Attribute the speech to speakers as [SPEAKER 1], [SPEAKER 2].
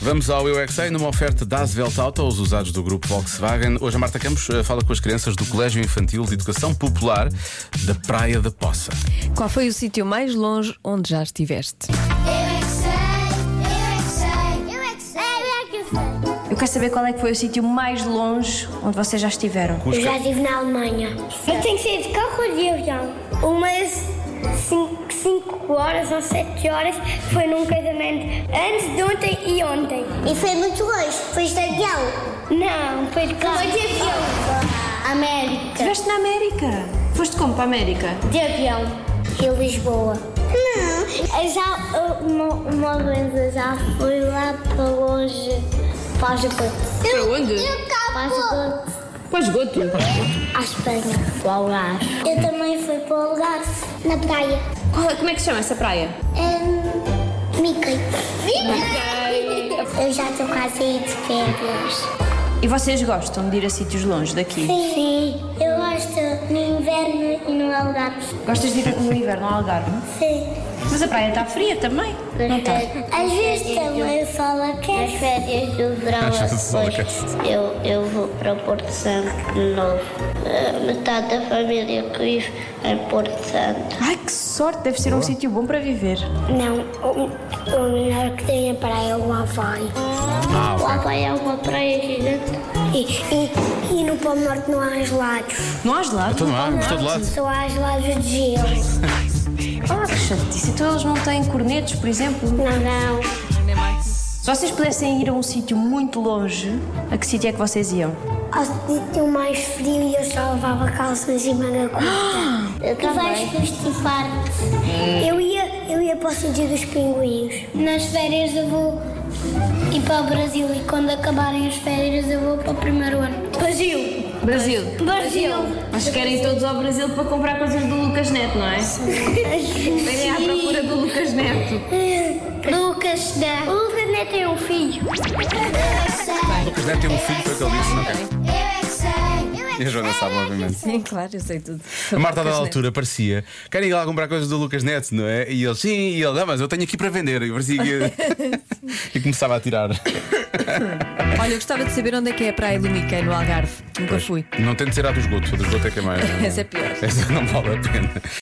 [SPEAKER 1] Vamos ao Eu é que Sei, numa oferta da Asvelt Auto, os usados do grupo Volkswagen. Hoje a Marta Campos eh, fala com as crianças do Colégio Infantil de Educação Popular da Praia da Poça.
[SPEAKER 2] Qual foi o sítio mais longe onde já estiveste?
[SPEAKER 3] Eu é que sei, eu é que sei, eu é que sei, eu é que sei.
[SPEAKER 4] Eu quero saber qual é que foi o sítio mais longe onde vocês já estiveram.
[SPEAKER 1] Os
[SPEAKER 5] Eu já estive na Alemanha. Eu tenho que sair de carro ou de avião. Umas 5 horas ou 7 horas foi num casamento antes de ontem e ontem.
[SPEAKER 3] E foi muito longe, foi de avião.
[SPEAKER 5] Não, foi de carro.
[SPEAKER 3] de avião. América.
[SPEAKER 4] Estiveste na América. Foste como para a América?
[SPEAKER 5] De avião.
[SPEAKER 3] Rio Lisboa. Não. Eu já, eu- uma, uma vez eu já fui lá para longe, para os Gotos. Para onde? Para os Gotos. Para os Gotos? À Espanha. Para o Algarve. Eu também fui para o Algarve, na praia.
[SPEAKER 4] como é que se chama essa praia?
[SPEAKER 3] Um, Mickey. Eu já estou quase aí de férias.
[SPEAKER 4] E vocês gostam de ir a sítios longe daqui?
[SPEAKER 3] Sim. Eu gosto no inverno e no Algarve.
[SPEAKER 4] Gostas de ir no inverno ao Algarve?
[SPEAKER 3] Sim.
[SPEAKER 4] Mas a praia está fria também. Não tá? está?
[SPEAKER 3] Às vezes também fala que é.
[SPEAKER 6] As férias do verão
[SPEAKER 1] Às vezes só
[SPEAKER 6] depois
[SPEAKER 1] é.
[SPEAKER 6] eu, eu vou para Porto Santo de novo. A metade da família que vive em Porto Santo.
[SPEAKER 4] Ai, que sorte! Deve ser um sítio bom para viver.
[SPEAKER 3] Não, o, o melhor que tem na praia é o Havaí.
[SPEAKER 1] Ah,
[SPEAKER 6] O
[SPEAKER 1] ok.
[SPEAKER 6] Havaí é uma praia gigante.
[SPEAKER 3] E, e, e no Polo Norte não há gelados.
[SPEAKER 4] Não há gelado?
[SPEAKER 1] Então não há, mas todo lado.
[SPEAKER 3] Só há gelados de gelo.
[SPEAKER 4] Ah, que chatice. Então eles não têm cornetos, por exemplo?
[SPEAKER 3] Não, não.
[SPEAKER 4] Se vocês pudessem ir a um sítio muito longe, a que sítio é que vocês iam?
[SPEAKER 3] Ao sítio mais frio e eu só levava calças e manga
[SPEAKER 5] Ah,
[SPEAKER 3] curta. Eu tu vais constipar-te. Hum. Eu ia, eu ia para o sítio dos pinguins.
[SPEAKER 5] Nas férias eu vou ir para o Brasil e quando acabarem as férias eu vou para o primeiro ano. Brasil!
[SPEAKER 4] Brasil.
[SPEAKER 5] Brasil!
[SPEAKER 4] Mas querem todos ao Brasil para comprar coisas do Lucas Neto, não é? Vêm à procura do Lucas Neto.
[SPEAKER 5] Lucas da. O Lucas Neto tem um filho.
[SPEAKER 1] Lucas Neto tem um filho, foi o que ele disse. não é?
[SPEAKER 3] Eu é que sei, eu é
[SPEAKER 1] E a Joana sabe, obviamente.
[SPEAKER 2] Sim, claro, eu sei tudo.
[SPEAKER 1] A Marta, a dada
[SPEAKER 2] Lucas
[SPEAKER 1] altura, parecia: querem ir lá comprar coisas do Lucas Neto, não é? E ele, sim, e ele, não, mas eu tenho aqui para vender. E parecia que. e começava a tirar.
[SPEAKER 2] Neto. Olha, eu gostava de saber onde é que é a Praia do Miquel, no Algarve. Nunca fui.
[SPEAKER 1] Não tem de ser a do esgoto, a do esgoto é que é mais.
[SPEAKER 2] Essa é pior.
[SPEAKER 1] Essa não vale a pena.